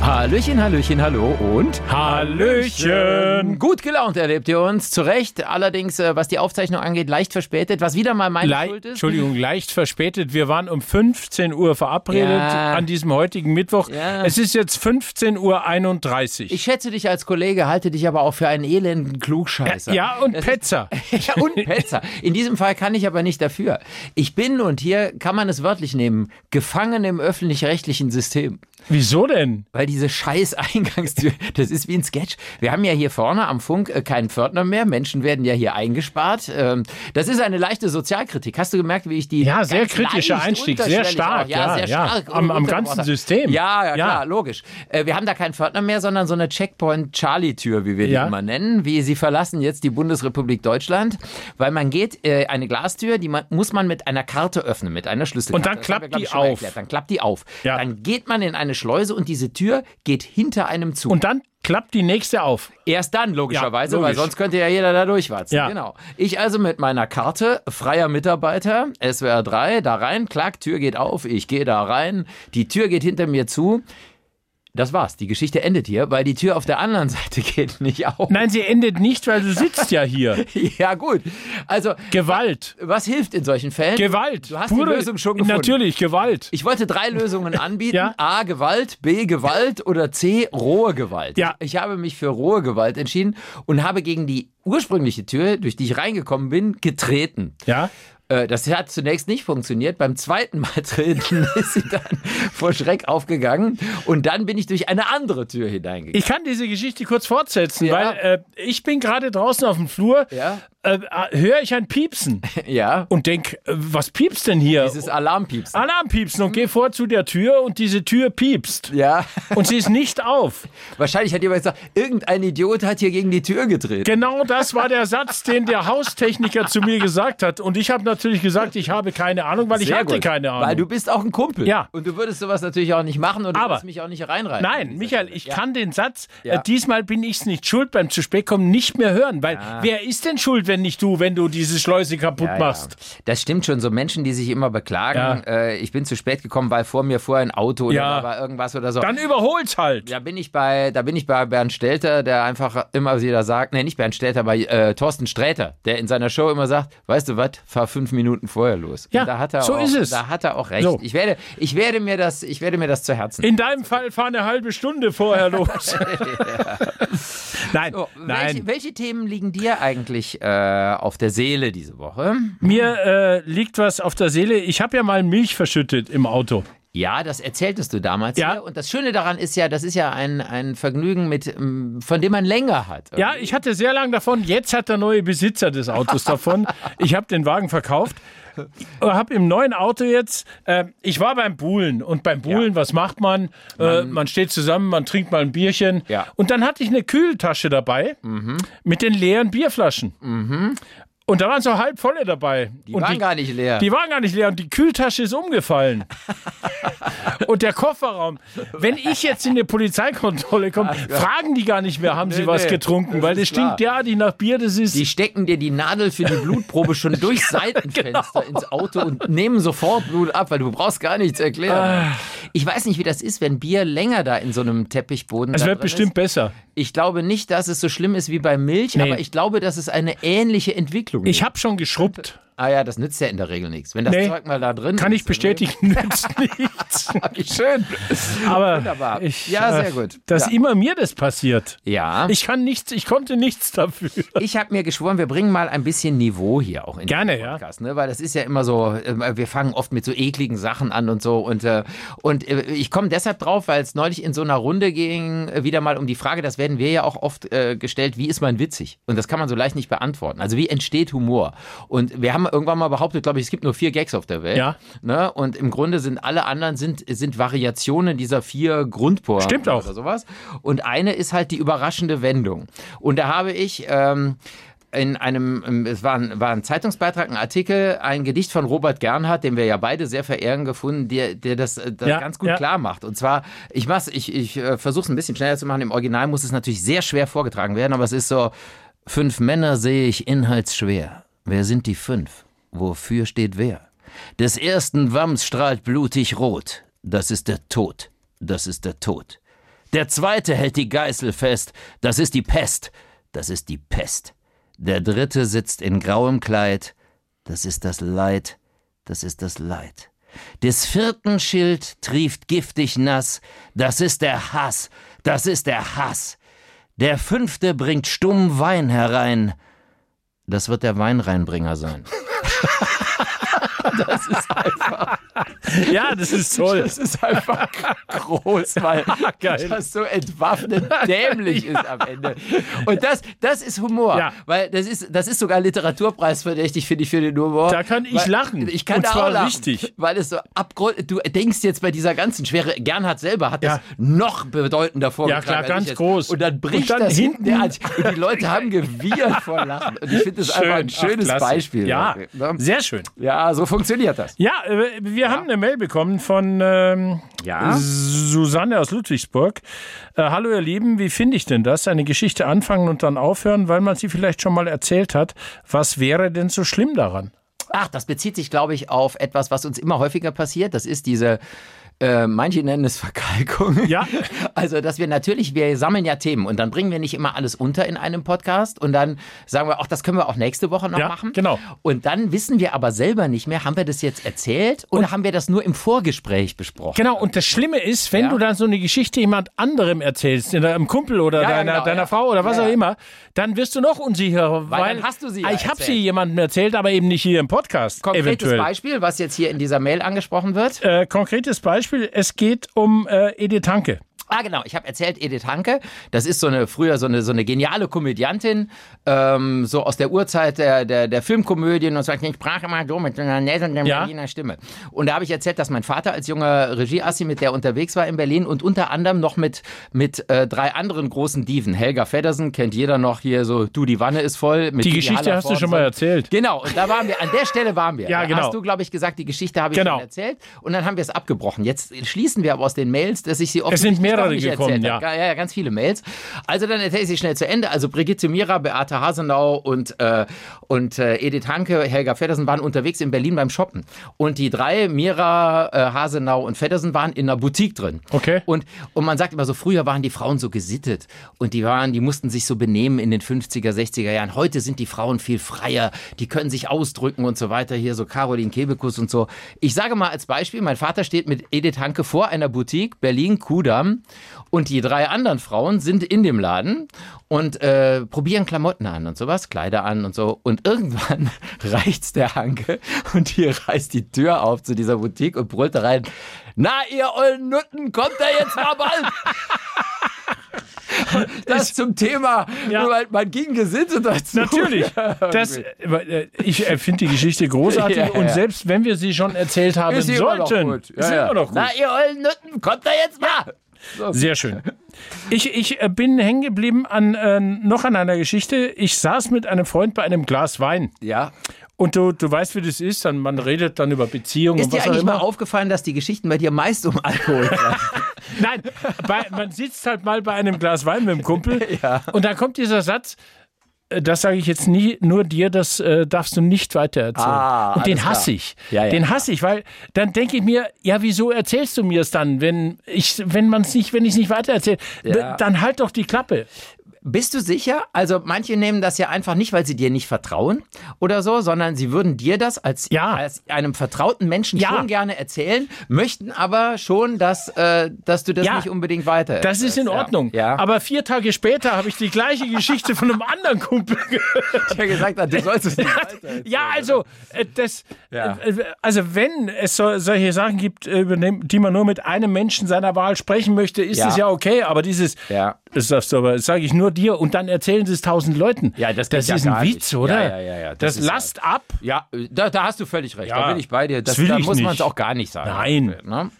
Hallöchen, Hallöchen, hallo und Hallöchen! gut gelaunt erlebt ihr uns. Zu Recht, allerdings, äh, was die Aufzeichnung angeht, leicht verspätet, was wieder mal meine Lei- Schuld ist. Entschuldigung, leicht verspätet. Wir waren um 15 Uhr verabredet Ja. an diesem heutigen Mittwoch. Ja. Es ist jetzt 15.31 Uhr. Ich schätze dich als Kollege, halte dich aber auch für einen elenden Klugscheißer. Ja, und Das Petzer. Ja, und Petzer. In diesem Fall kann ich aber nicht dafür. Ich bin, und hier kann man es wörtlich nehmen, gefangen im öffentlich-rechtlichen System. Wieso denn? Weil diese scheiß Eingangstür, das ist wie ein Sketch. Wir haben ja hier vorne am Funk äh, keinen Pförtner mehr. Menschen werden ja hier eingespart. Ähm, das ist eine leichte Sozialkritik. Hast du gemerkt, wie ich die. Ja, sehr ganz kritischer leicht Einstieg, sehr unterschwellig stark, auch- Ja, ja, sehr ja. stark. Am- am untergebracht ganzen habe? System. Ja, ja, Ja. klar, logisch. Äh, wir haben da keinen Pförtner mehr, sondern so eine Checkpoint-Charlie-Tür, wie wir die Ja. immer nennen. Wie sie verlassen jetzt die Bundesrepublik Deutschland. Weil man geht, äh, eine Glastür, die man, muss man mit einer Karte öffnen, mit einer Schlüsselkarte. Und dann Das haben wir, klappt glaub die ich, schon mal auf. erklärt. Dann klappt die auf. Ja. Dann geht man in eine Schleuse und diese Tür geht hinter einem zu. Und dann klappt die nächste auf. Erst dann, logischerweise, Ja, logisch. weil sonst könnte ja jeder da durchwatzen. Ja. Genau. Ich also mit meiner Karte, freier Mitarbeiter, SWR 3, da rein, klack, Tür geht auf, ich gehe da rein, die Tür geht hinter mir zu. Das war's, die Geschichte endet hier, weil die Tür auf der anderen Seite geht nicht auf. Nein, sie endet nicht, weil du sitzt ja hier. Ja, gut. Also, Gewalt. was hilft in solchen Fällen? Gewalt. Du hast die Lösung schon gefunden. Natürlich, Gewalt. Ich wollte drei Lösungen anbieten. Ja. A, Gewalt, B, Gewalt oder C, rohe Gewalt. Ja. Ich habe mich für rohe Gewalt entschieden und habe gegen die ursprüngliche Tür, durch die ich reingekommen bin, getreten. Ja? Äh, Das hat zunächst nicht funktioniert. Beim zweiten Mal treten ist sie dann vor Schreck aufgegangen. Und dann bin ich durch eine andere Tür hineingegangen. Ich kann diese Geschichte kurz fortsetzen, Ja. weil äh, ich bin gerade draußen auf dem Flur, Ja. äh, höre ich ein Piepsen ja, und denke, äh, was piepst denn hier? dieses Alarmpiepsen. Alarm piepsen und geh vor zu der Tür und diese Tür piepst. Ja, Und sie ist nicht auf. wahrscheinlich hat jemand gesagt, irgendein Idiot hat hier gegen die Tür getreten. Genau das war der Satz, den der Haustechniker zu mir gesagt hat. Und ich habe natürlich gesagt, ich habe keine Ahnung, weil ich Sehr hatte gut. keine Ahnung. Weil du bist auch ein Kumpel. Ja. Und du würdest sowas natürlich auch nicht machen und du Aber- würdest mich auch nicht reinreißen. Nein, Michael, ich Ja. kann den Satz, Ja. äh, diesmal bin ich es nicht schuld beim zu spät kommen, nicht mehr hören. Weil wer ist denn schuld, wenn nicht du, wenn du diese Schleuse kaputt Ja, machst? Ja. Das stimmt schon. So Menschen, die sich immer beklagen, äh, ich bin zu spät gekommen, weil vor mir vorher ein Auto oder Ja. da war irgendwas oder so. Dann überhol's halt. da bin ich bei, da bin ich bei Bernd Stelter, der einfach immer wieder sagt, nee, nicht Bernd Stelter, bei äh, Thorsten Sträter, der in seiner Show immer sagt, weißt du was, fahr fünf Minuten vorher los. Ja, Und da hat er so auch, ist es. Da hat er auch recht. So. Ich werde, ich werde mir das, ich werde mir das zu Herzen. In deinem Fall fahr eine halbe Stunde vorher los. Nein, So, nein. Welche, welche Themen liegen dir eigentlich äh, auf der Seele diese Woche? Mir äh, liegt was auf der Seele. Ich habe ja mal Milch verschüttet im Auto. Ja, das erzähltest du damals. Ja. hier. Und das Schöne daran ist ja, das ist ja ein, ein Vergnügen, mit, ähm, von dem man länger hat. Ja, ich hatte sehr lange davon. Jetzt hat der neue Besitzer des Autos davon. Ich habe den Wagen verkauft. Habe im neuen Auto jetzt. Äh, ich war beim Buhlen. Und beim Buhlen, was macht man? Äh, man steht zusammen, man trinkt mal ein Bierchen. Ja. Mhm. Und dann hatte ich eine Kühltasche dabei mit den leeren Bierflaschen. Und da waren so halb volle dabei. die und waren die, gar nicht leer. Die waren gar nicht leer und die Kühltasche ist umgefallen. und der Kofferraum. Wenn ich jetzt in die Polizeikontrolle komme, fragen die gar nicht mehr, haben sie Nee, was nee, getrunken, das weil ist das stinkt derartig nach Bier, das ist. Die stecken dir die Nadel für die Blutprobe schon durch Seitenfenster genau. ins Auto und nehmen sofort Blut ab, weil du brauchst gar nichts Ah. erklären. Ich weiß nicht, wie das ist, wenn Bier länger da in so einem Teppichboden es da wird drin bestimmt Ist. besser. Ich glaube nicht, dass es so schlimm ist wie bei Milch, Nee. aber ich glaube, dass es eine ähnliche Entwicklung Ich ist. habe schon geschrubbt. Ah ja, das nützt ja in der Regel nichts. Wenn das Nee. Zeug mal da drin Kann ist. ich bestätigen, nützt nichts. Wie schön. Aber Wunderbar. Ich, Ja, äh, sehr gut. Dass Ja. immer mir das passiert. Ja. Ich kann nichts, ich konnte nichts dafür. Ich habe mir geschworen, wir bringen mal ein bisschen Niveau hier auch in Gerne, den ja. Podcast, ne? weil das ist ja immer so, äh, wir fangen oft mit so ekligen Sachen an und so und, äh, und äh, ich komme deshalb drauf, weil es neulich in so einer Runde ging, äh, wieder mal um die Frage, das werden wir ja auch oft äh, gestellt, wie ist man witzig? Und das kann man so leicht nicht beantworten. Also wie entsteht Humor? Und wir haben irgendwann mal behauptet, glaube ich, es gibt nur vier Gags auf der Welt. Ja. Ne? Und im Grunde sind alle anderen sind, sind Variationen dieser vier Grundpointen. Stimmt auch. Oder sowas. Und eine ist halt die überraschende Wendung. Und da habe ich ähm, in einem, ähm, es war ein, war ein Zeitungsbeitrag, ein Artikel, ein Gedicht von Robert Gernhardt, den wir ja beide sehr verehren gefunden, der, der das, äh, das Ja, ganz gut ja. klar macht. Und zwar, ich mach's, ich, ich äh, versuche es ein bisschen schneller zu machen. Im Original muss es natürlich sehr schwer vorgetragen werden, aber es ist so: Fünf Männer sehe ich inhaltsschwer. Wer sind die fünf? Wofür steht wer? Des ersten Wams strahlt blutig rot. Das ist der Tod. Das ist der Tod. Der zweite hält die Geißel fest. Das ist die Pest. Das ist die Pest. Der dritte sitzt in grauem Kleid. Das ist das Leid. Das ist das Leid. Des vierten Schild trieft giftig nass. Das ist der Hass. Das ist der Hass. Der fünfte bringt stumm Wein herein. Das wird der Weinreinbringer sein. Ja, das ist toll. Das ist einfach groß, weil Geil. das so entwaffnend dämlich ist am Ende. Und das, das ist Humor, Ja. weil das ist, das ist sogar literaturpreisverdächtig, finde ich, für den Humor. Da kann ich weil, lachen. Ich kann Und da zwar auch lachen, richtig. Weil es so abgrund... Du denkst jetzt bei dieser ganzen Schwere... Gernhard selber hat das Ja. noch bedeutender vorgetragen. klar, als ich ganz jetzt. groß. Und dann bricht Und dann das hinten... hinten- der Arsch. Und die Leute haben gewirrt vor Lachen. Und ich finde das einfach ein Ach, schönes klasse. Beispiel. Ja, Ne? sehr schön. ja, so funktioniert das. Ja, äh, wir haben eine Mail bekommen von ähm, Ja? Susanne aus Ludwigsburg. Äh, Hallo ihr Lieben, wie finde ich denn das? Eine Geschichte anfangen und dann aufhören, weil man sie vielleicht schon mal erzählt hat. Was wäre denn so schlimm daran? Ach, das bezieht sich, glaube ich, auf etwas, was uns immer häufiger passiert. Das ist diese, äh, manche nennen es Verkalkung. Ja. Also, dass wir natürlich, wir sammeln ja Themen und dann bringen wir nicht immer alles unter in einem Podcast und dann sagen wir, ach, das können wir auch nächste Woche noch Ja, machen. genau. Und dann wissen wir aber selber nicht mehr, haben wir das jetzt erzählt oder haben wir das nur im Vorgespräch besprochen? Genau, und das Schlimme ist, wenn Ja. du dann so eine Geschichte jemand anderem erzählst, in einem Kumpel oder Ja, ja, deiner, genau, deiner ja. Frau oder was Ja, auch ja. immer, dann wirst du noch unsicherer, Weil weil, dann hast du sie ja Ah, ich habe sie erzählt. jemandem erzählt, aber eben nicht hier im Podcast. Konkretes eventuell. Beispiel, was jetzt hier in dieser Mail angesprochen wird. Äh, konkretes Beispiel, es geht um äh, Edith Hanke. Ah, genau. Ich habe erzählt, Edith Hanke, das ist so eine früher so eine, so eine geniale Komödiantin, ähm, so aus der Urzeit der, der, der Filmkomödien und so. Ich sprach immer so mit so einer näselnden Ja. Berliner Stimme. Und da habe ich erzählt, dass mein Vater als junger Regieassi mit der unterwegs war in Berlin und unter anderem noch mit, mit äh, drei anderen großen Diven. Helga Feddersen kennt jeder noch hier so, du, die Wanne ist voll. Mit Die Kiki Geschichte hast du Hallervorden. schon mal erzählt. Genau, und da waren wir, an der Stelle waren wir. Ja, Da genau. Hast du, glaube ich, gesagt, die Geschichte habe ich Genau. schon erzählt und dann haben wir es abgebrochen. Jetzt schließen wir aber aus den Mails, dass ich sie oft Es sind mehrere nicht gekommen, erzählt habe. ja. Ja, ganz viele Mails. Also dann erzähle ich sie schnell zu Ende. Also Brigitte Mira, Beate Hasenau und, äh, und äh, Edith Hanke, Helga Feddersen waren unterwegs in Berlin beim Shoppen. Und die drei, Mira, äh, Hasenau und Feddersen, waren in einer Boutique drin. Okay. Und, und man sagt immer so, früher waren die Frauen so gesittet und die waren, die mussten sich so benehmen in den 50er, 60er Jahren. Heute sind die Frauen viel freier, die können sich ausdrücken und so weiter. Hier so Caroline Kebekus und so. Ich sage mal als Beispiel, mein Vater steht mit Edith Hanke vor einer Boutique, Berlin-Kudamm und die drei anderen Frauen sind in dem Laden und äh, probieren Klamotten an und sowas, Kleider an und so. Und irgendwann reicht's der Hanke und hier reißt die Tür auf zu dieser Boutique und brüllt da rein, na ihr ollen Nutten, kommt da jetzt mal bald. Das zum Thema, Ja. man, man ging gesittet dazu. Natürlich. Das, äh, ich äh, finde die Geschichte großartig Ja, ja. und selbst wenn wir sie schon erzählt haben Ist immer noch sollten, gut. Ja, ist ja. immer noch gut. Na ihr ollen Nutten, kommt da jetzt mal. Sehr schön. Ich, ich äh, bin hängen geblieben an äh, noch an einer Geschichte. Ich saß mit einem Freund bei einem Glas Wein Ja. und du, du weißt, wie das ist. Dann, man redet dann über Beziehungen Ist und dir was auch eigentlich mal immer. aufgefallen, dass die Geschichten bei dir meist um Alkohol kreisen? Nein, bei, man sitzt halt mal bei einem Glas Wein mit dem Kumpel und dann kommt dieser Satz. äh, Das sage ich jetzt nie, nur dir, das äh, darfst du nicht weitererzählen. Ah, und den alles hasse klar. ich. Ja, ja, den hasse ich, weil dann denke ich mir, ja, wieso erzählst du mir es dann, wenn ich wenn man es nicht, wenn ich es nicht weitererzähle, Ja. dann halt doch die Klappe. Bist du sicher? Also manche nehmen das ja einfach nicht, weil sie dir nicht vertrauen oder so, sondern sie würden dir das als, Ja. als einem vertrauten Menschen Ja. schon gerne erzählen, möchten aber schon, dass, äh, dass du das Ja. nicht unbedingt weiter. Das ist in Ja. Ordnung. Ja. Aber vier Tage später habe ich die gleiche Geschichte von einem anderen Kumpel gehört. ich ja gesagt habe, du sollst es nicht weiter. Ja, also äh, das, Ja. äh, äh, also wenn es so, solche Sachen gibt, äh, über dem- die man nur mit einem Menschen seiner Wahl sprechen möchte, ist Ja. es ja okay. Aber dieses Ja. Das darfst du aber, das sage ich nur dir und dann erzählen sie es tausend Leuten. Ja, das das geht ja ist ein gar Witz, nicht. oder? Ja, ja, ja, ja, Das, das ist halt lasst ab. Ja, da, da hast du völlig recht. Ja, da bin ich bei dir. das Das, will da ich muss man es nicht. auch gar nicht sagen. Nein. Ne?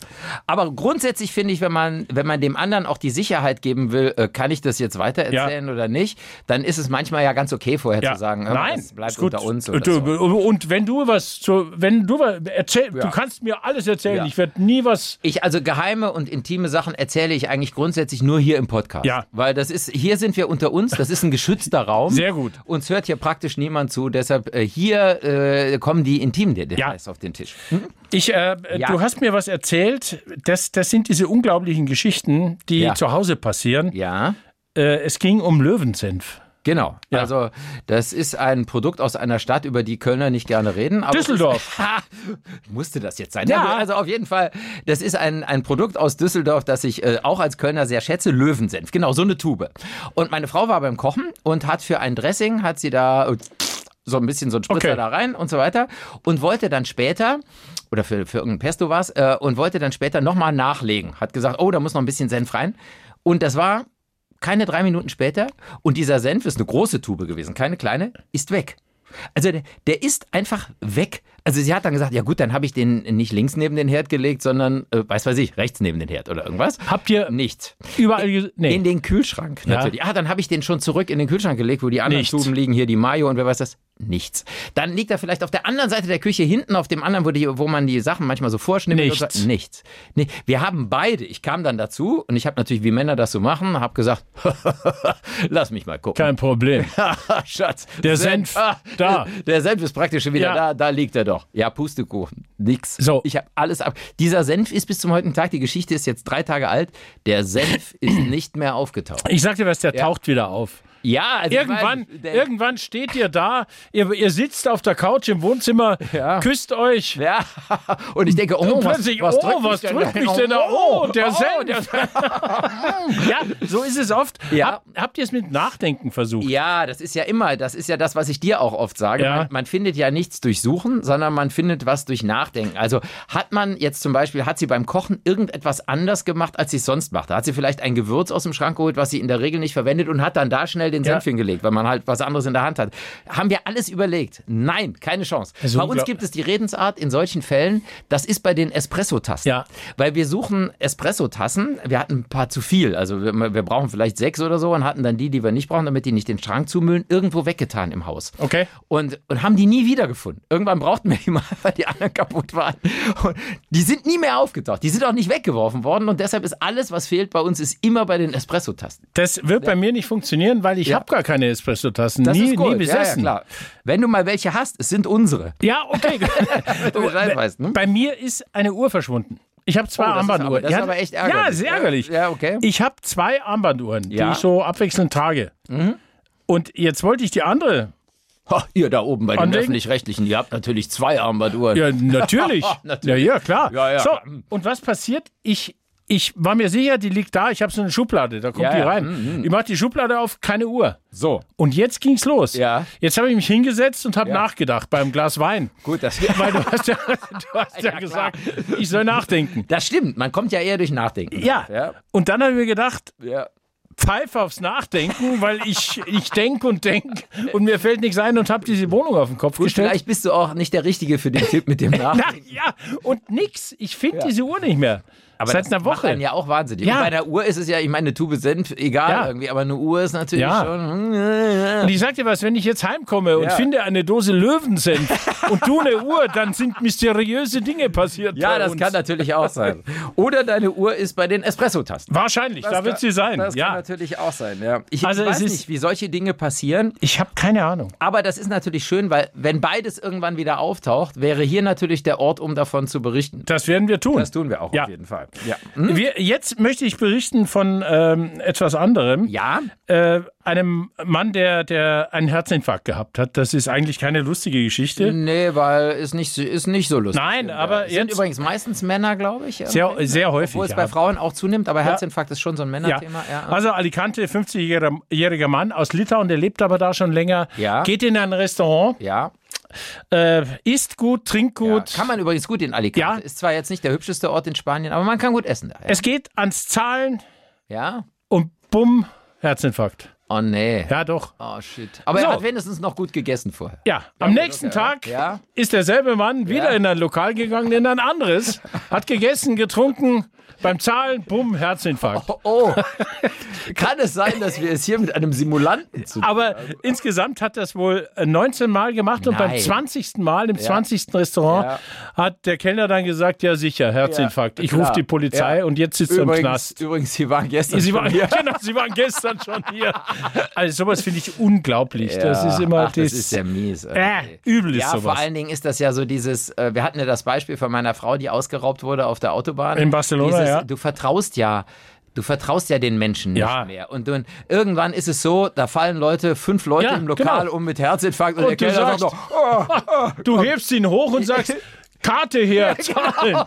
Aber grundsätzlich finde ich, wenn man, wenn man dem anderen auch die Sicherheit geben will, äh, kann ich das jetzt weitererzählen oder nicht, dann ist es manchmal ja ganz okay, vorher Ja. zu sagen, äh, Nein, das bleibt ist gut. unter uns. Oder Und, du- so. und wenn du was zu, wenn du was erzähl, du Ja. kannst mir alles erzählen. Ja. Ich werde nie was. Ich, also geheime und intime Sachen erzähle ich eigentlich grundsätzlich nur hier im Podcast. Ja. Weil das ist, hier sind wir unter uns, das ist ein geschützter Raum. Sehr gut. Uns hört hier praktisch niemand zu, deshalb äh, hier äh, kommen die intimen Details Ja. auf den Tisch. Ich, äh, Ja. du hast mir was erzählt. Das, das sind diese unglaublichen Geschichten, die Ja. zu Hause passieren. Ja. Äh, es ging um Löwensenf. Genau. Ja. Also, das ist ein Produkt aus einer Stadt, über die Kölner nicht gerne reden. Aber Düsseldorf. Ha, musste das jetzt sein? Ja. Na gut, Also, auf jeden Fall, das ist ein, ein Produkt aus Düsseldorf, das ich äh, auch als Kölner sehr schätze. Löwensenf. Genau, so eine Tube. Und meine Frau war beim Kochen und hat für ein Dressing, hat sie da äh, so ein bisschen so ein Spritzer Okay. da rein und so weiter und wollte dann später oder für, für irgendein Pesto war es äh, und wollte dann später nochmal nachlegen. Hat gesagt, oh, da muss noch ein bisschen Senf rein. Und das war keine drei Minuten später und dieser Senf ist eine große Tube gewesen, keine kleine, ist weg. Also der, der ist einfach weg. Also sie hat dann gesagt, ja gut, dann habe ich den nicht links neben den Herd gelegt, sondern, äh, weiß weiß ich, rechts neben den Herd oder irgendwas. Habt ihr Nichts. überall. ge- Nee. In den Kühlschrank Ja. natürlich. Ah, dann habe ich den schon zurück in den Kühlschrank gelegt, wo die anderen Nichts. Tuben liegen, hier die Mayo und wer weiß das? Nichts. Dann liegt er vielleicht auf der anderen Seite der Küche hinten auf dem anderen, wo, die, wo man die Sachen manchmal so vorschnippelt. und Nichts. So. Nichts. Nee, wir haben beide. Ich kam dann dazu und ich habe natürlich, wie Männer das so machen, habe gesagt, lass mich mal gucken. Kein Problem. Schatz. Der Senf, Ah, da. Der Senf ist praktisch schon wieder Ja. da. Da liegt er doch. Ja, Pustekuchen. Nix. So. Ich habe alles ab. Dieser Senf ist bis zum heutigen Tag, die Geschichte ist jetzt drei Tage alt. Der Senf ist nicht mehr aufgetaucht. Ich sagte was, der taucht wieder auf. Ja, also Irgendwann, ich mein, der, irgendwann steht ihr da, ihr, ihr sitzt auf der Couch im Wohnzimmer, Ja. küsst euch. ja, und ich denke, oh, Und was, plötzlich, was oh, drückt was mich denn drückt da? mich denn da? Oh, der Senf. der Ja, so ist es oft. Ja. Hab, habt ihr es mit Nachdenken versucht? Ja, das ist ja immer, das ist ja das, was ich dir auch oft sage. Ja. Man, man findet ja nichts durch Suchen, sondern man findet was durch Nachdenken. Also hat man jetzt zum Beispiel, hat sie beim Kochen irgendetwas anders gemacht, als sie es sonst macht? Hat sie vielleicht ein Gewürz aus dem Schrank geholt, was sie in der Regel nicht verwendet und hat dann da schnell den Ja. Senf hingelegt, weil man halt was anderes in der Hand hat? Haben wir alles überlegt? Nein, keine Chance. Also bei uns unglaub- gibt es die Redensart in solchen Fällen, das ist bei den Espresso-Tassen. Ja. Weil wir suchen Espresso-Tassen. Wir hatten ein paar zu viel. Also wir, wir brauchen vielleicht sechs oder so und hatten dann die, die wir nicht brauchen, damit die nicht den Schrank zumüllen, irgendwo weggetan im Haus. Okay. Und, und haben die nie wiedergefunden. Irgendwann brauchten wir die mal, weil die anderen kaputt waren. Und die sind nie mehr aufgetaucht. Die sind auch nicht weggeworfen worden. Und deshalb ist alles, was fehlt bei uns, ist immer bei den Espresso-Tassen. Das wird bei mir nicht funktionieren, weil ich Ja. habe gar keine Espresso-Tassen. Das Nie, ist gut. nie besessen. Ja, ja, klar. Wenn du mal welche hast, es sind unsere. Ja, okay. Wenn du Bescheid weißt, ne? bei mir ist eine Uhr verschwunden. Ich habe zwei Oh, das ist aber- Armbanduhren. das ist Ja, aber echt Ja, ärgerlich. ist ärgerlich. Ja, okay. Ich habe zwei Ja. Armbanduhren, Mhm. die ich so abwechselnd trage. Und jetzt wollte ich die andere. Ha, ihr da oben bei den Anlegen? Öffentlich-Rechtlichen, ihr habt natürlich zwei Armbanduhren. Ja, natürlich. ja, ja, klar. Ja, Mhm. ja. So, und was passiert? Ich, ich war mir sicher, die liegt da. Ich habe so eine Schublade, da kommt Ja, Mhm, die ja. rein. Ich mache die Schublade auf, keine Uhr. So. Und jetzt ging's los. Ja. Jetzt habe ich mich hingesetzt und habe Ja. nachgedacht beim Glas Wein. Gut, das, Weil du hast ja, du hast ja, Ja, klar. gesagt, ich soll nachdenken. das stimmt. Man kommt ja eher durch Nachdenken. Ja. Ja. Und dann habe ich mir gedacht, ja. pfeife aufs Nachdenken, weil ich, ich denke und denke und mir fällt nichts ein und habe diese Wohnung auf den Kopf Gut, gestellt. vielleicht bist du auch nicht der Richtige für den Tipp mit dem Nachdenken. Na, ja, und nix. Ich finde diese Uhr nicht mehr. Seit das einer macht Woche. einen ja auch wahnsinnig. Ja. Und bei einer Uhr ist es ja, ich meine, eine Tube Senf, egal Ja. irgendwie, aber eine Uhr ist natürlich Ja. schon. äh, äh, Und äh. ich sag dir was, wenn ich jetzt heimkomme und Ja. finde eine Dose Löwensenf und du eine Uhr, dann sind mysteriöse Dinge passiert. Ja, bei das uns. kann natürlich auch sein. äh. Oder deine Uhr ist bei den Espresso-Tasten. Wahrscheinlich, da wird sie sein. Das kann Ja. natürlich auch sein, ja. Ich, Also ich weiß es ist- nicht, wie solche Dinge passieren. Ich habe keine Ahnung. Aber das ist natürlich schön, weil wenn beides irgendwann wieder auftaucht, wäre hier natürlich der Ort, um davon zu berichten. Das werden wir tun. Das Hm? tun wir auch Ja. auf jeden Fall. Ja. wir, jetzt möchte ich berichten von ähm, etwas anderem. Ja, Äh, einem Mann, der, der einen Herzinfarkt gehabt hat. Das ist eigentlich keine lustige Geschichte. nee, weil ist nicht, so- ist nicht so lustig. Nein, aber Es Hm. sind jetzt- übrigens meistens Männer, glaube ich. Sehr, irgendwie. sehr häufig. Obwohl es ja. bei Frauen auch zunimmt, aber Herzinfarkt ist schon so ein Männerthema. Ja. Also Alicante, 50-jähriger Mann aus Litauen, der lebt aber da schon länger. Ja. Geht in ein Restaurant, ja. äh, isst gut, trinkt ja. gut. Kann man übrigens gut in Alicante. Ja. Ist zwar jetzt nicht der hübscheste Ort in Spanien, aber man kann gut essen da. Ja. es geht ans Zahlen ja. und bumm, Herzinfarkt. Oh nee. Ja, doch. Oh shit. Aber So. er hat wenigstens noch gut gegessen vorher. Ja, am nächsten Tag Ja. ist derselbe Mann wieder Ja. in ein Lokal gegangen, in ein anderes, hat gegessen, getrunken, beim Zahlen, bumm, Herzinfarkt. Oh. Kann es sein, dass wir es hier mit einem Simulanten zu tun Aber insgesamt hat das wohl äh, 19 Mal gemacht und beim Nein. 20. Mal, im 20. Restaurant, hat der Kellner dann gesagt, ja sicher, Herzinfarkt. ich rufe klar. die Polizei Ja. und jetzt sitzt er im Übrigens, Knast. übrigens, Sie waren gestern. Sie schon waren, hier. genau, sie waren gestern schon hier. Also sowas finde ich unglaublich. Das ist immer Ach, das ist ja mies. äh, übel ist Ja, sowas. vor allen Dingen ist das ja so dieses, äh, wir hatten ja das Beispiel von meiner Frau, die ausgeraubt wurde auf der Autobahn. In Barcelona, dieses, ja. Du vertraust ja. Du vertraust ja den Menschen Ja. nicht mehr. Und dann, irgendwann ist es so, da fallen Leute, fünf Leute Ja, im Lokal genau. um mit Herzinfarkt und, Und der du Kellner sagst, sagt noch, Du hebst ihn hoch und sagst, Karte her, zahlen. genau.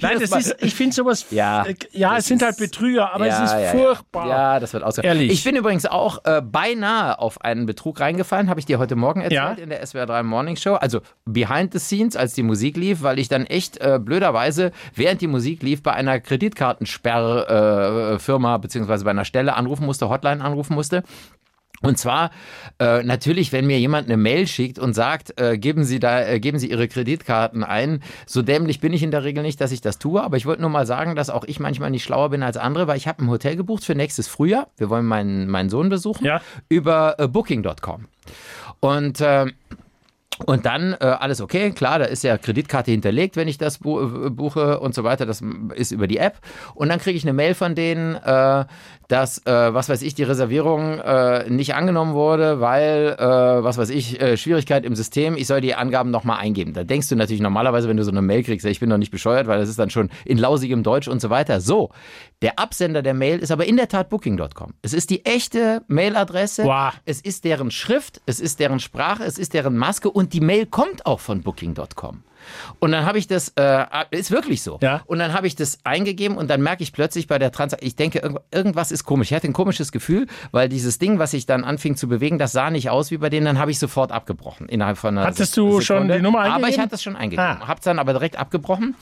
Nein, das Mal. ist, ich finde sowas, Ja, äh, ja es das sind halt ist- Betrüger, aber es ist furchtbar. Ja, ja das wird aus. Ehrlich. Ich bin übrigens auch äh, beinahe auf einen Betrug reingefallen, habe ich dir heute Morgen erzählt Ja. in der SWR 3 Morning Show. Also behind the scenes, als die Musik lief, weil ich dann echt äh, blöderweise, während die Musik lief, bei einer Kreditkartensperrfirma äh, Firma, beziehungsweise bei einer Stelle anrufen musste, Hotline anrufen musste. Und zwar äh, natürlich, wenn mir jemand eine Mail schickt und sagt, äh, geben Sie da, äh, geben Sie Ihre Kreditkarten ein. So dämlich bin ich in der Regel nicht, dass ich das tue. Aber ich wollte nur mal sagen, dass auch ich manchmal nicht schlauer bin als andere, weil ich habe ein Hotel gebucht für nächstes Frühjahr. Wir wollen meinen meinen Sohn besuchen Ja. über äh, Booking.com und ähm, und dann äh, alles okay, klar, da ist ja Kreditkarte hinterlegt, wenn ich das bu äh, buche und so weiter. Das ist über die App. Und dann kriege ich eine Mail von denen, äh, dass, äh, was weiß ich, die Reservierung äh, nicht angenommen wurde, weil, äh, was weiß ich, äh, Schwierigkeit im System, ich soll die Angaben nochmal eingeben. Da denkst du natürlich normalerweise, wenn du so eine Mail kriegst, ja, ich bin doch nicht bescheuert, weil das ist dann schon in lausigem Deutsch und so weiter. So, der Absender der Mail ist aber in der Tat booking.com. Es ist die echte Mailadresse. Wow. Es ist deren Schrift, es ist deren Sprache, es ist deren Maske und die Mail kommt auch von Booking.com. Und dann habe ich das, äh, ist wirklich so. Ja. Und dann habe ich das eingegeben und dann merke ich plötzlich bei der Transaktion, ich denke, irgend- irgendwas ist komisch. Ich hatte ein komisches Gefühl, weil dieses Ding, was ich dann anfing zu bewegen, das sah nicht aus wie bei denen. Dann habe ich sofort abgebrochen innerhalb von einer Hattest Se- du Sekunde. schon die Nummer Aber ich eingegeben? hatte es schon eingegeben. Ah. Hab's dann aber direkt abgebrochen.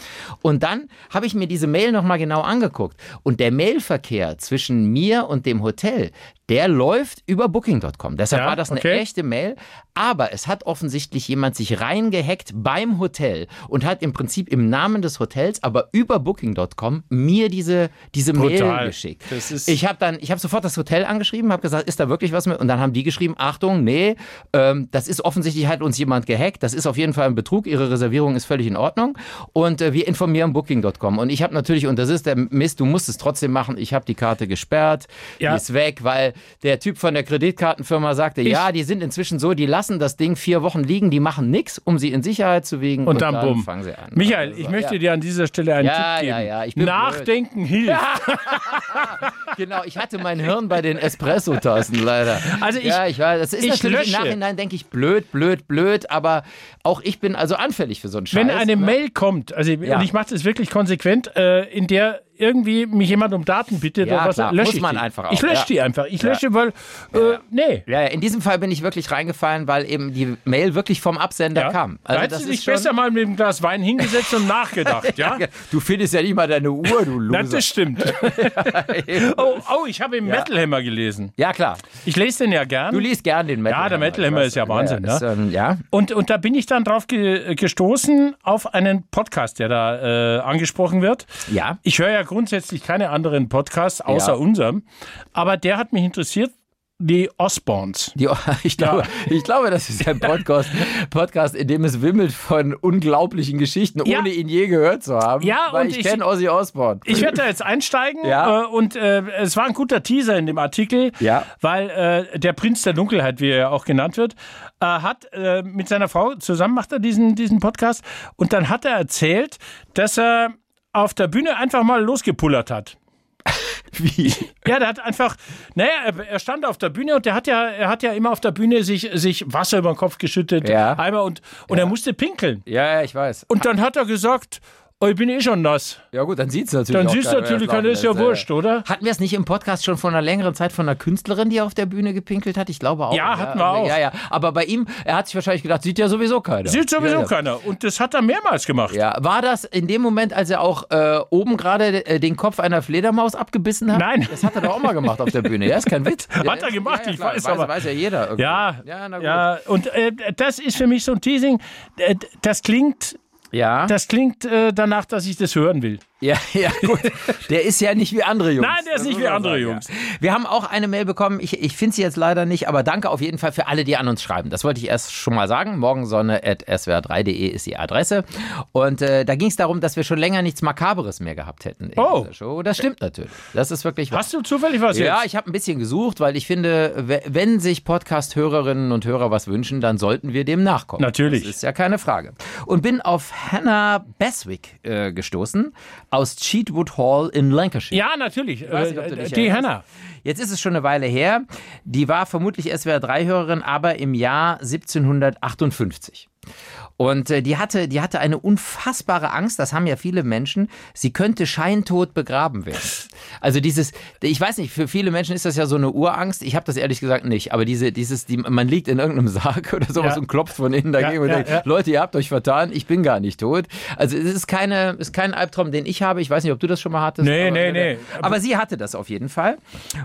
Und dann habe ich mir diese Mail nochmal genau angeguckt. Und der Mailverkehr zwischen mir und dem Hotel, der läuft über Booking.com. Deshalb Ja, war das eine okay. echte Mail. Aber es hat offensichtlich jemand sich reingehackt beim Hotel und hat im Prinzip im Namen des Hotels, aber über Booking.com mir diese, diese Brutal. Mail geschickt. Das ist- ich habe dann, ich habe sofort das Hotel angeschrieben, habe gesagt, ist da wirklich was mit? Und dann haben die geschrieben, Achtung, nee, ähm, das ist offensichtlich hat uns jemand gehackt. Das ist auf jeden Fall ein Betrug. Ihre Reservierung ist völlig in Ordnung und äh, wir informieren Booking.com. Und ich habe natürlich und das ist der Mist, du musst es trotzdem machen. Ich habe die Karte gesperrt, Ja. die ist weg, weil der Typ von der Kreditkartenfirma sagte, ja, die sind inzwischen so, die lassen das Ding vier Wochen liegen, die machen nichts, um sie in Sicherheit zu wiegen. Und dann, bumm. fangen sie an. Michael, Also, ich möchte ja. dir an dieser Stelle einen Ja, Tipp geben. ja, ja, ich bin Nachdenken hilft. Genau, ich hatte mein Hirn bei den Espresso-Tassen leider. Also ich- ja, ich weiß, das ist ich natürlich lösche. im Nachhinein denke ich blöd, blöd, blöd, aber auch ich bin also anfällig für so einen Scheiß. ne? Wenn eine Mail kommt, also Ja. und ich mache das wirklich konsequent, äh, in der irgendwie mich jemand um Daten bittet Ja, oder was, klar. lösche Muss ich man die. einfach auch, Ich lösche ja. die einfach. Ich lösche, weil, äh, nee. ja, ja, in diesem Fall bin ich wirklich reingefallen, weil eben die Mail wirklich vom Absender Ja. kam. Also da hättest du dich besser mal mit dem Glas Wein hingesetzt und nachgedacht, ja? Du findest ja nicht mal deine Uhr, du Na, Loser. das stimmt. oh, oh, ich habe im Metal Hammer gelesen. Ja, klar. Ich lese den ja gern. Du liest gern den Metal. Ja, der Metal Hammer ist ja Wahnsinn, Ja, ist, ne? ähm, ja. Und, und da bin ich dann drauf ge gestoßen auf einen Podcast, der da äh, angesprochen wird. Ja. Ich höre ja grundsätzlich keine anderen Podcasts außer Ja. unserem, aber der hat mich interessiert, die Osborns. Die, ich, glaube, ich glaube, das ist ein Podcast, Podcast, in dem es wimmelt von unglaublichen Geschichten, Ja. ohne ihn je gehört zu haben. Ja, weil und ich ich- kenne Ozzy Osbourne. Ich werde da jetzt einsteigen Ja. äh, und äh, es war ein guter Teaser in dem Artikel, Ja. weil äh, der Prinz der Dunkelheit, wie er ja auch genannt wird, äh, hat äh, mit seiner Frau zusammen macht er diesen, diesen Podcast und dann hat er erzählt, dass er auf der Bühne einfach mal losgepullert hat. Wie? Ja, der hat einfach, naja, er, er stand auf der Bühne und der hat ja, er hat ja immer auf der Bühne sich, sich Wasser über den Kopf geschüttet, Ja. Eimer und, und er musste pinkeln. Ja, ja, ich weiß. Und dann hat er gesagt, Oh, ich bin eh schon nass. Ja gut, dann sieht es natürlich Dann auch siehst du keiner, wer natürlich, das keiner, ist laufen ja lässt, wurscht, oder? äh, Hatten wir es nicht im Podcast schon vor einer längeren Zeit von einer Künstlerin, die auf der Bühne gepinkelt hat? Ich glaube auch. Ja, hatten wir auch. Ja, ja. Aber bei ihm, er hat sich wahrscheinlich gedacht, sieht ja sowieso keiner. Sieht sowieso ja, ja. keiner. Und das hat er mehrmals gemacht. Ja, war das in dem Moment, als er auch äh, oben gerade äh, den Kopf einer Fledermaus abgebissen hat? Nein. Das hat er doch auch mal gemacht auf der Bühne. Ja, ist kein Witz. Ja, Hat er gemacht, ja, ja, ich klar. weiß weiß aber. Weiß ja jeder. irgendwie. Ja, Ja, na gut. ja. und äh, das ist für mich so ein Teasing. Äh, Das klingt, Ja, das klingt äh, danach, dass ich das hören will. ja, ja, gut. Der ist ja nicht wie andere Jungs. Nein, der ist Das nicht muss wie man andere sagen, ja. Jungs. Wir haben auch eine Mail bekommen. Ich, ich finde sie jetzt leider nicht, aber danke auf jeden Fall für alle, die an uns schreiben. Das wollte ich erst schon mal sagen. Morgensonne.swr3.de ist die Adresse. Und äh, da ging es darum, dass wir schon länger nichts Makaberes mehr gehabt hätten in Oh. dieser Show. Das stimmt natürlich. Das ist wirklich wahr. Hast du zufällig was Ja, jetzt? ich habe ein bisschen gesucht, weil ich finde, we- wenn sich Podcast-Hörerinnen und Hörer was wünschen, dann sollten wir dem nachkommen. Natürlich. Das ist ja keine Frage. Und bin auf Hannah Beswick äh, gestoßen aus Cheatwood Hall in Lancashire. Ja, natürlich. weiß nicht, ob du Äh, dich die erinnerst. Hannah. Jetzt ist es schon eine Weile her. Die war vermutlich SWR3-Hörerin, aber im Jahr 1758. Und äh, die, hatte, die hatte eine unfassbare Angst, das haben ja viele Menschen, sie könnte scheintot begraben werden. Also dieses, ich weiß nicht, für viele Menschen ist das ja so eine Urangst. Ich habe das ehrlich gesagt nicht, aber diese, dieses, die, man liegt in irgendeinem Sarg oder sowas Ja. und klopft von innen dagegen Ja, und ja, denkt, ja. Leute, ihr habt euch vertan, ich bin gar nicht tot. Also es ist, keine, ist kein Albtraum, den ich habe. Ich weiß nicht, ob du das schon mal hattest. Nee, aber, äh, nee, nee. Aber sie hatte das auf jeden Fall.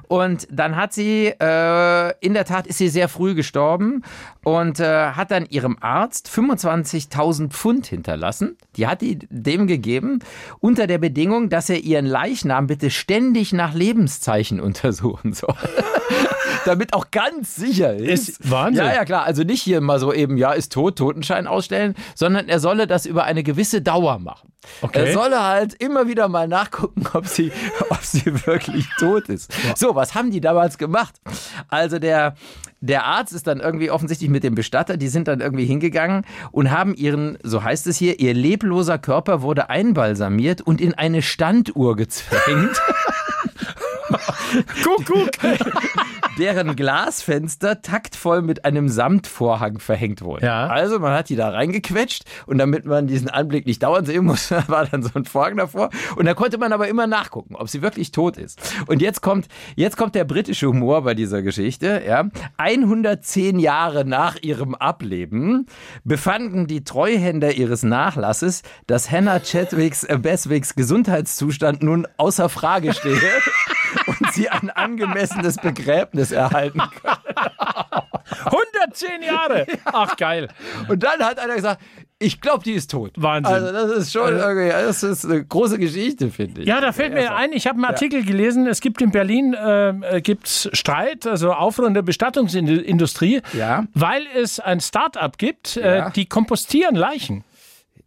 Und dann hat sie, äh, in der Tat ist sie sehr früh gestorben und äh, hat dann ihrem Arzt 25.000 Pfund hinterlassen. Die hat die dem gegeben, unter der Bedingung, dass er ihren Leichnam bitte ständig nach Lebenszeichen untersuchen soll. Damit auch ganz sicher ist. Ist Wahnsinn. Ja, ja, klar. Also nicht hier mal so eben, ja, ist tot, Totenschein ausstellen, sondern er solle das über eine gewisse Dauer machen. Okay. Er solle halt immer wieder mal nachgucken, ob sie, ob sie wirklich tot ist. So, was haben die damals gemacht? Also der, der Arzt ist dann irgendwie offensichtlich mit dem Bestatter, die sind dann irgendwie hingegangen und haben ihren, so heißt es hier, ihr lebloser Körper wurde einbalsamiert und in eine Standuhr gezwängt. Guck, guck. deren Glasfenster taktvoll mit einem Samtvorhang verhängt wurden. Ja. Also man hat die da reingequetscht und damit man diesen Anblick nicht dauernd sehen muss, war dann so ein Vorhang davor. Und da konnte man aber immer nachgucken, ob sie wirklich tot ist. Und jetzt kommt, jetzt kommt der britische Humor bei dieser Geschichte. Ja. 110 Jahre nach ihrem Ableben befanden die Treuhänder ihres Nachlasses, dass Hannah Chadwicks äh, Beswicks Gesundheitszustand nun außer Frage stehe. und sie ein angemessenes Begräbnis erhalten kann. 110 Jahre. Ach, geil. Und dann hat einer gesagt, ich glaube, die ist tot. Wahnsinn. Also das ist schon irgendwie, das ist eine große Geschichte, finde ich. Ja, da fällt mir ein, ich habe einen Artikel gelesen, es gibt in Berlin ähm, äh, gibt's Streit, also Aufruhr in der Bestattungsindustrie, Ja. weil es ein Start-up gibt, Ja. äh, die kompostieren Leichen.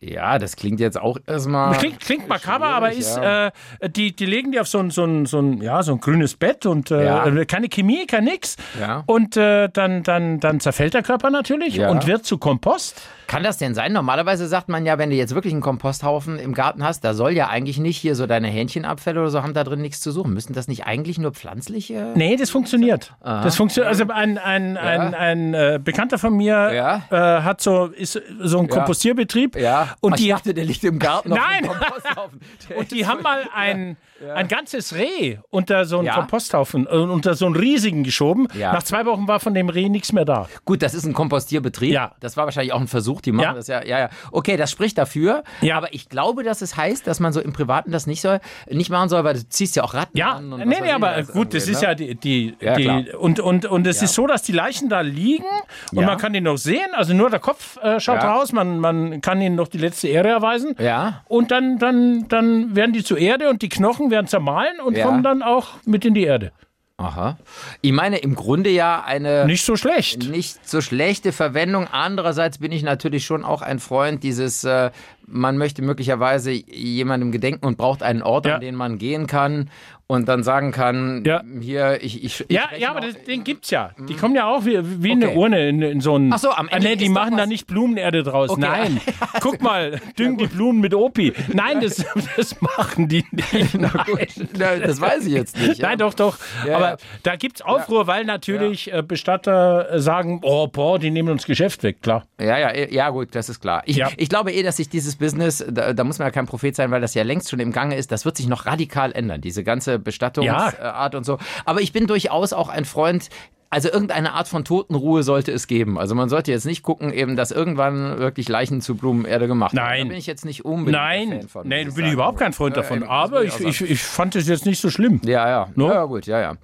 Ja, das klingt jetzt auch erstmal. Klingt, klingt makaber, aber ist, Ah, ja. äh, die, die legen die auf so ein, so ein, so ein, ja, so ein grünes Bett und äh, Ja. keine Chemie, kein nix. Ja. Und äh, dann, dann, dann zerfällt der Körper natürlich Ja. und wird zu Kompost. Kann das denn sein? Normalerweise sagt man ja, wenn du jetzt wirklich einen Komposthaufen im Garten hast, da soll ja eigentlich nicht hier so deine Hähnchenabfälle oder so haben da drin nichts zu suchen. Müssen das nicht eigentlich nur pflanzliche? Nee, das funktioniert. Das funktioniert. Also ein, ein, ein, ein äh, Bekannter von mir Ja. äh, hat so, ist so ein Kompostierbetrieb. Und Und ich die, dachte, der liegt im Garten. auf Nein. dem Komposthaufen. Der und die ist haben mal ein, ein ganzes Reh unter so einen Ja. Komposthaufen, äh, unter so einen riesigen geschoben. Ja. Nach zwei Wochen war von dem Reh nichts mehr da. Gut, das ist ein Kompostierbetrieb. Ja. Das war wahrscheinlich auch ein Versuch, die machen Ja. das ja, ja, ja. Okay, das spricht dafür. Ja. Aber ich glaube, dass es heißt, dass man so im Privaten das nicht soll, nicht machen soll, weil du ziehst ja auch Ratten Ja, an. nee, nee, aber gut, das ist ja die, die, ne? Ja, die klar. und, und, und es ist so, dass die Leichen da liegen und Ja. man kann die noch sehen, also nur der Kopf äh, schaut Ja. raus, man, man kann ihnen noch die letzte Ehre erweisen. Ja. Und dann, dann, dann werden die zur Erde und die Knochen werden zermahlen und Ja. kommen dann auch mit in die Erde. Aha. Ich meine, im Grunde ja eine Nicht so schlecht. nicht so schlechte Verwendung. Andererseits bin ich natürlich schon auch ein Freund dieses, äh, man möchte möglicherweise jemandem gedenken und braucht einen Ort, Ja. an den man gehen kann und dann sagen kann, Ja. hier, ich, ich, ich Ja, rechne ja, aber auf- das, den gibt's ja. Die kommen ja auch wie, wie eine Okay. Urne in, in so einen. Ach so, am Ah, Ende nee, die ist doch machen da was- nicht Blumenerde draus. Nein. Guck mal, düngen die Blumen mit Opi. Nein, das, das machen die nicht. Nein. Na, das weiß ich jetzt nicht. ja. Nein, doch, doch. Ja, Aber ja. da gibt es Aufruhr, weil natürlich äh, Bestatter äh, sagen, oh, boah, die nehmen uns Geschäft weg, klar. Ja, ja, eh, ja, gut, das ist klar. Ich, Ja. ich glaube eh, dass sich dieses Business, da, da muss man ja kein Prophet sein, weil das ja längst schon im Gange ist. Das wird sich noch radikal ändern, diese ganze Bestattungsart äh, Ja. und so. Aber ich bin durchaus auch ein Freund. Also irgendeine Art von Totenruhe sollte es geben. Also man sollte jetzt nicht gucken, eben, dass irgendwann wirklich Leichen zu Blumenerde gemacht werden. Nein. Da bin ich jetzt nicht unbedingt ein Nein, Fan von. nein, muss bin ich sagen. überhaupt kein Freund Ja, davon. eben, das aber will ich ich, auch ich, ich fand es jetzt nicht so schlimm. Ja, ja. No? Ja, gut, ja, ja.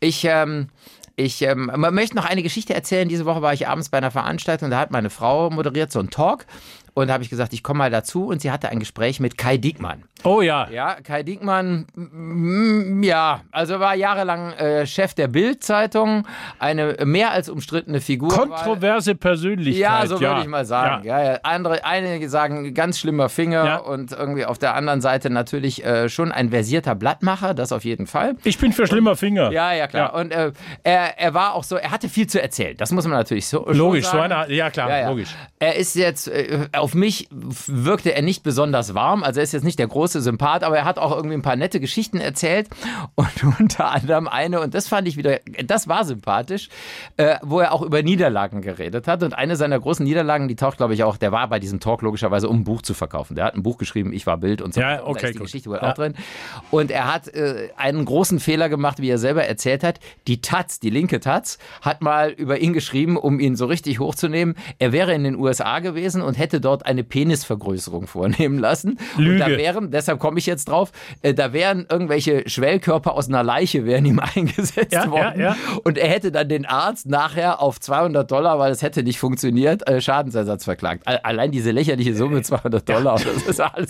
Ich, ähm, ich ähm, man möchte noch eine Geschichte erzählen. Diese Woche war ich abends bei einer Veranstaltung, da hat meine Frau moderiert so einen Talk. Und da habe ich gesagt, ich komme mal dazu. Und sie hatte ein Gespräch mit Kai Diekmann. Oh ja. Ja, Kai Diekmann, mm, ja, also war jahrelang äh, Chef der Bild-Zeitung, eine mehr als umstrittene Figur. war- Kontroverse Persönlichkeit. ja, so würde ich mal sagen. Ja. Ja. Ja, Andere, einige sagen ganz schlimmer Finger Ja. und irgendwie auf der anderen Seite natürlich äh, schon ein versierter Blattmacher, das auf jeden Fall. Ich bin für schlimmer Finger. Ja, ja, klar. Und äh, er, er war auch so, er hatte viel zu erzählen. Das muss man natürlich so. Logisch, schon so sagen. einer. Ja, klar, Ja, ja. logisch. Er ist jetzt, äh, auf mich wirkte er nicht besonders warm, also er ist jetzt nicht der große Sympath, aber er hat auch irgendwie ein paar nette Geschichten erzählt und unter anderem eine, und das fand ich wieder, das war sympathisch, äh, wo er auch über Niederlagen geredet hat und eine seiner großen Niederlagen, die taucht glaube ich auch, der war bei diesem Talk logischerweise, um ein Buch zu verkaufen. Der hat ein Buch geschrieben, ich war Bild und so. Ja, weiter. Und da okay, ist die gut. Geschichte wohl Ja. auch drin. Und er hat äh, einen großen Fehler gemacht, wie er selber erzählt hat. Die Taz, die linke Taz, hat mal über ihn geschrieben, um ihn so richtig hochzunehmen. Er wäre in den USA gewesen und hätte dort eine Penisvergrößerung vornehmen lassen. Und da Lüge. wären, deshalb komme ich jetzt drauf, äh, da wären irgendwelche Schwellkörper aus einer Leiche wären ihm eingesetzt Ja, ja, worden. ja. Und er hätte dann den Arzt nachher auf 200 Dollar, weil es hätte nicht funktioniert, äh, Schadensersatz verklagt. A- Allein diese lächerliche Äh, Summe 200 Dollar, das ist alles,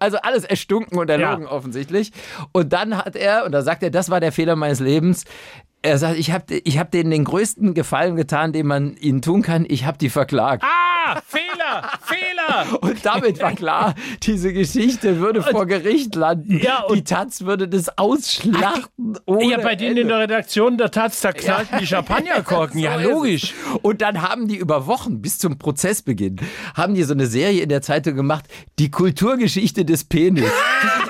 also alles erstunken und erlogen Ja. offensichtlich. Und dann hat er, und da sagt er, das war der Fehler meines Lebens. Er sagt, ich habe ich hab denen den größten Gefallen getan, den man ihnen tun kann. Ich habe die verklagt. Ah, Fehler, Fehler. Und damit war klar, diese Geschichte würde vor Gericht landen. Ja, und- die Taz würde das ausschlachten. Ohne Ja, bei denen Ende. in der Redaktion der Taz, da knallten die Champagnerkorken. Ja, So ist logisch. es. Und dann haben die über Wochen bis zum Prozessbeginn, haben die so eine Serie in der Zeitung gemacht, die Kulturgeschichte des Penis.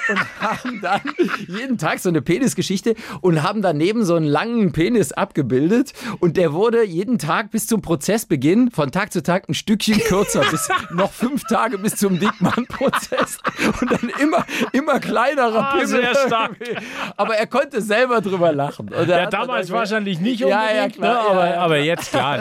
und haben dann jeden Tag so eine Penisgeschichte und haben daneben so einen langen Penis abgebildet. Und der wurde jeden Tag bis zum Prozessbeginn von Tag zu Tag ein Stückchen kürzer, bis noch fünf Tage bis zum Dickmann-Prozess. Und dann immer, immer kleinerer Ah, sehr stark. Aber er konnte selber drüber lachen. Und er Ja, hat dann damals irgendwie- wahrscheinlich nicht unbedingt, Ja, ja, klar, ne, ja, aber, ja, aber jetzt klar.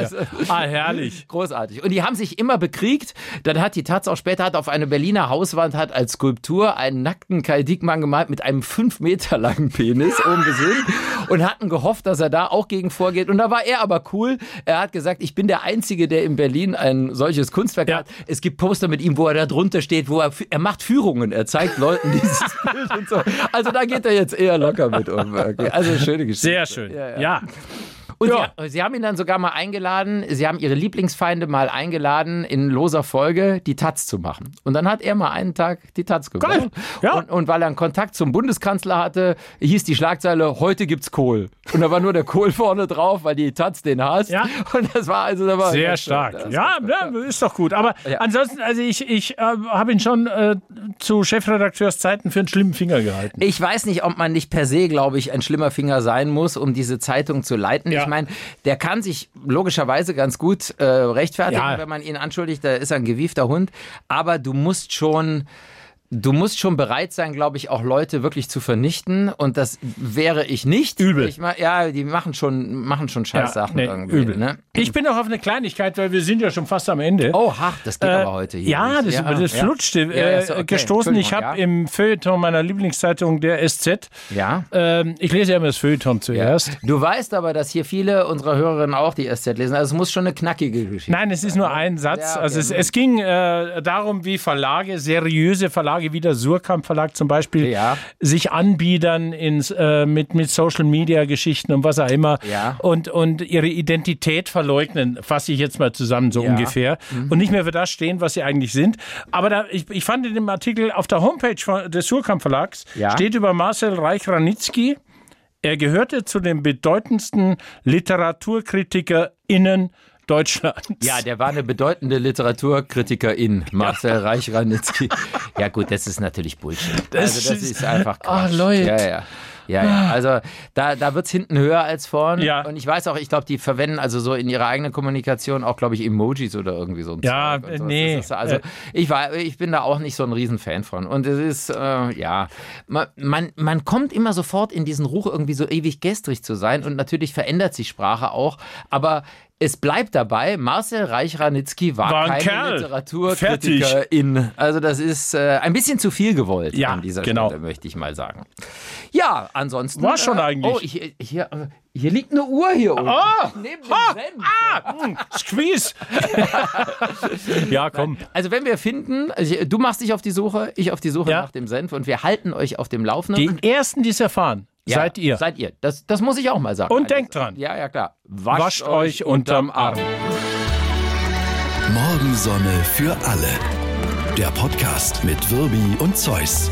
Ah, herrlich. Großartig. Und die haben sich immer bekriegt. Dann hat die Taz auch später hat auf eine Berliner Hauswand hat als Skulptur einen nackten Kai Diekmann gemalt mit einem fünf Meter langen Penis, oben gesehen. Und hatten gehofft, dass er da auch gegen vorgeht. Und da war er aber cool. Er hat gesagt, ich bin der Einzige, der in Berlin ein solches Kunstwerk Ja. hat. Es gibt Poster mit ihm, wo er da drunter steht, wo er, fü- er macht Führungen. Er zeigt Leuten dieses Bild und so. Also da geht er jetzt eher locker mit um. Okay. Also schöne Geschichte. Sehr schön. Ja, Ah, ja. ja. Und Ja. sie, sie haben ihn dann sogar mal eingeladen, sie haben ihre Lieblingsfeinde mal eingeladen, in loser Folge die Taz zu machen. Und dann hat er mal einen Tag die Taz gemacht. Geil. Ja. Und, und weil er einen Kontakt zum Bundeskanzler hatte, hieß die Schlagzeile, heute gibt's Kohl. Und da war nur der Kohl vorne drauf, weil die Taz den hasst. Ja. Und das war also... Da war Sehr das- stark. das- Ja, ja, ist doch gut. Aber Ja. ansonsten, also ich, ich äh, habe ihn schon äh, zu Chefredakteurszeiten für einen schlimmen Finger gehalten. Ich weiß nicht, ob man nicht per se, glaube ich, ein schlimmer Finger sein muss, um diese Zeitung zu leiten. Ja. Ich meine, der kann sich logischerweise ganz gut äh, rechtfertigen, Ja. wenn man ihn anschuldigt, da ist er ein gewiefter Hund. Aber du musst schon. Du musst schon bereit sein, glaube ich, auch Leute wirklich zu vernichten. Und das wäre ich nicht. Übel. Ich, ma- ja, die machen schon, machen schon scheiß Sachen nee, irgendwie. übel. Ne? Ich bin noch auf eine Kleinigkeit, weil wir sind ja schon fast am Ende. Oh, ha, das geht Äh, aber heute hier. ja, nicht. das, das flutschte. Ja, äh, ist okay. Gestoßen, ich habe Entschuldigung, im Feuilleton meiner Lieblingszeitung, der SZ, Ja. ähm, ich lese ja immer das Feuilleton zuerst. Du weißt aber, dass hier viele unserer Hörerinnen auch die SZ lesen. Also es muss schon eine knackige Geschichte Nein, es ist nur ein Satz. Ja, okay. Also es, es ging äh, darum, wie Verlage, seriöse Verlage wie der Surkamp Verlag zum Beispiel, Ja. sich anbiedern ins, äh, mit, mit Social Media Geschichten und was auch immer Ja. und, und ihre Identität verleugnen, fasse ich jetzt mal zusammen so Ja. Mhm. ungefähr und nicht mehr für das stehen, was sie eigentlich sind. Aber da, ich, ich fand in dem Artikel auf der Homepage von, des Surkamp Verlags Ja. steht über Marcel Reich-Ranitzky, er gehörte zu den bedeutendsten LiteraturkritikerInnen Deutschlands. Ja, der war eine bedeutende Literaturkritikerin, Marcel Reich-Ranitzky. Ja gut, das ist natürlich Bullshit. Das also das ist- ist einfach Quatsch. Ah, Leute. Ja, ja. Ja, ja. Also da, da wird es hinten höher als vorn. Ja. Und ich weiß auch, ich glaube, die verwenden also so in ihrer eigenen Kommunikation auch, glaube ich, Emojis oder irgendwie so ein Ja, Zeug und sowas. nee. Das ist, also Äh. ich, war, ich bin da auch nicht so ein Riesenfan von. Und es ist, äh, ja, man, man, man kommt immer sofort in diesen Ruch, irgendwie so ewig gestrig zu sein. Und natürlich verändert sich Sprache auch. Aber es bleibt dabei, Marcel Reich-Ranitzky war, War ein keine Kerl. Literaturkritikerin. Also das ist äh, ein bisschen zu viel gewollt Ja, an dieser genau. Stelle, möchte ich mal sagen. Ja, ansonsten. War schon äh, eigentlich. Oh, hier, hier, hier liegt eine Uhr hier unten. Oh! Neben dem Ha! Senf. Ah! Hm, Squeeze! ja, komm. Also wenn wir finden, also ich- du machst dich auf die Suche, ich auf die Suche Ja. nach dem Senf und wir halten euch auf dem Laufenden. Den ersten, die es erfahren, Ja, seid ihr. Seid ihr. Das, das muss ich auch mal sagen. Also, Und denkt dran. Ja, ja, klar. Wascht euch unterm Arm. Morgensonne für alle. Der Podcast mit Wirbi und Zeus.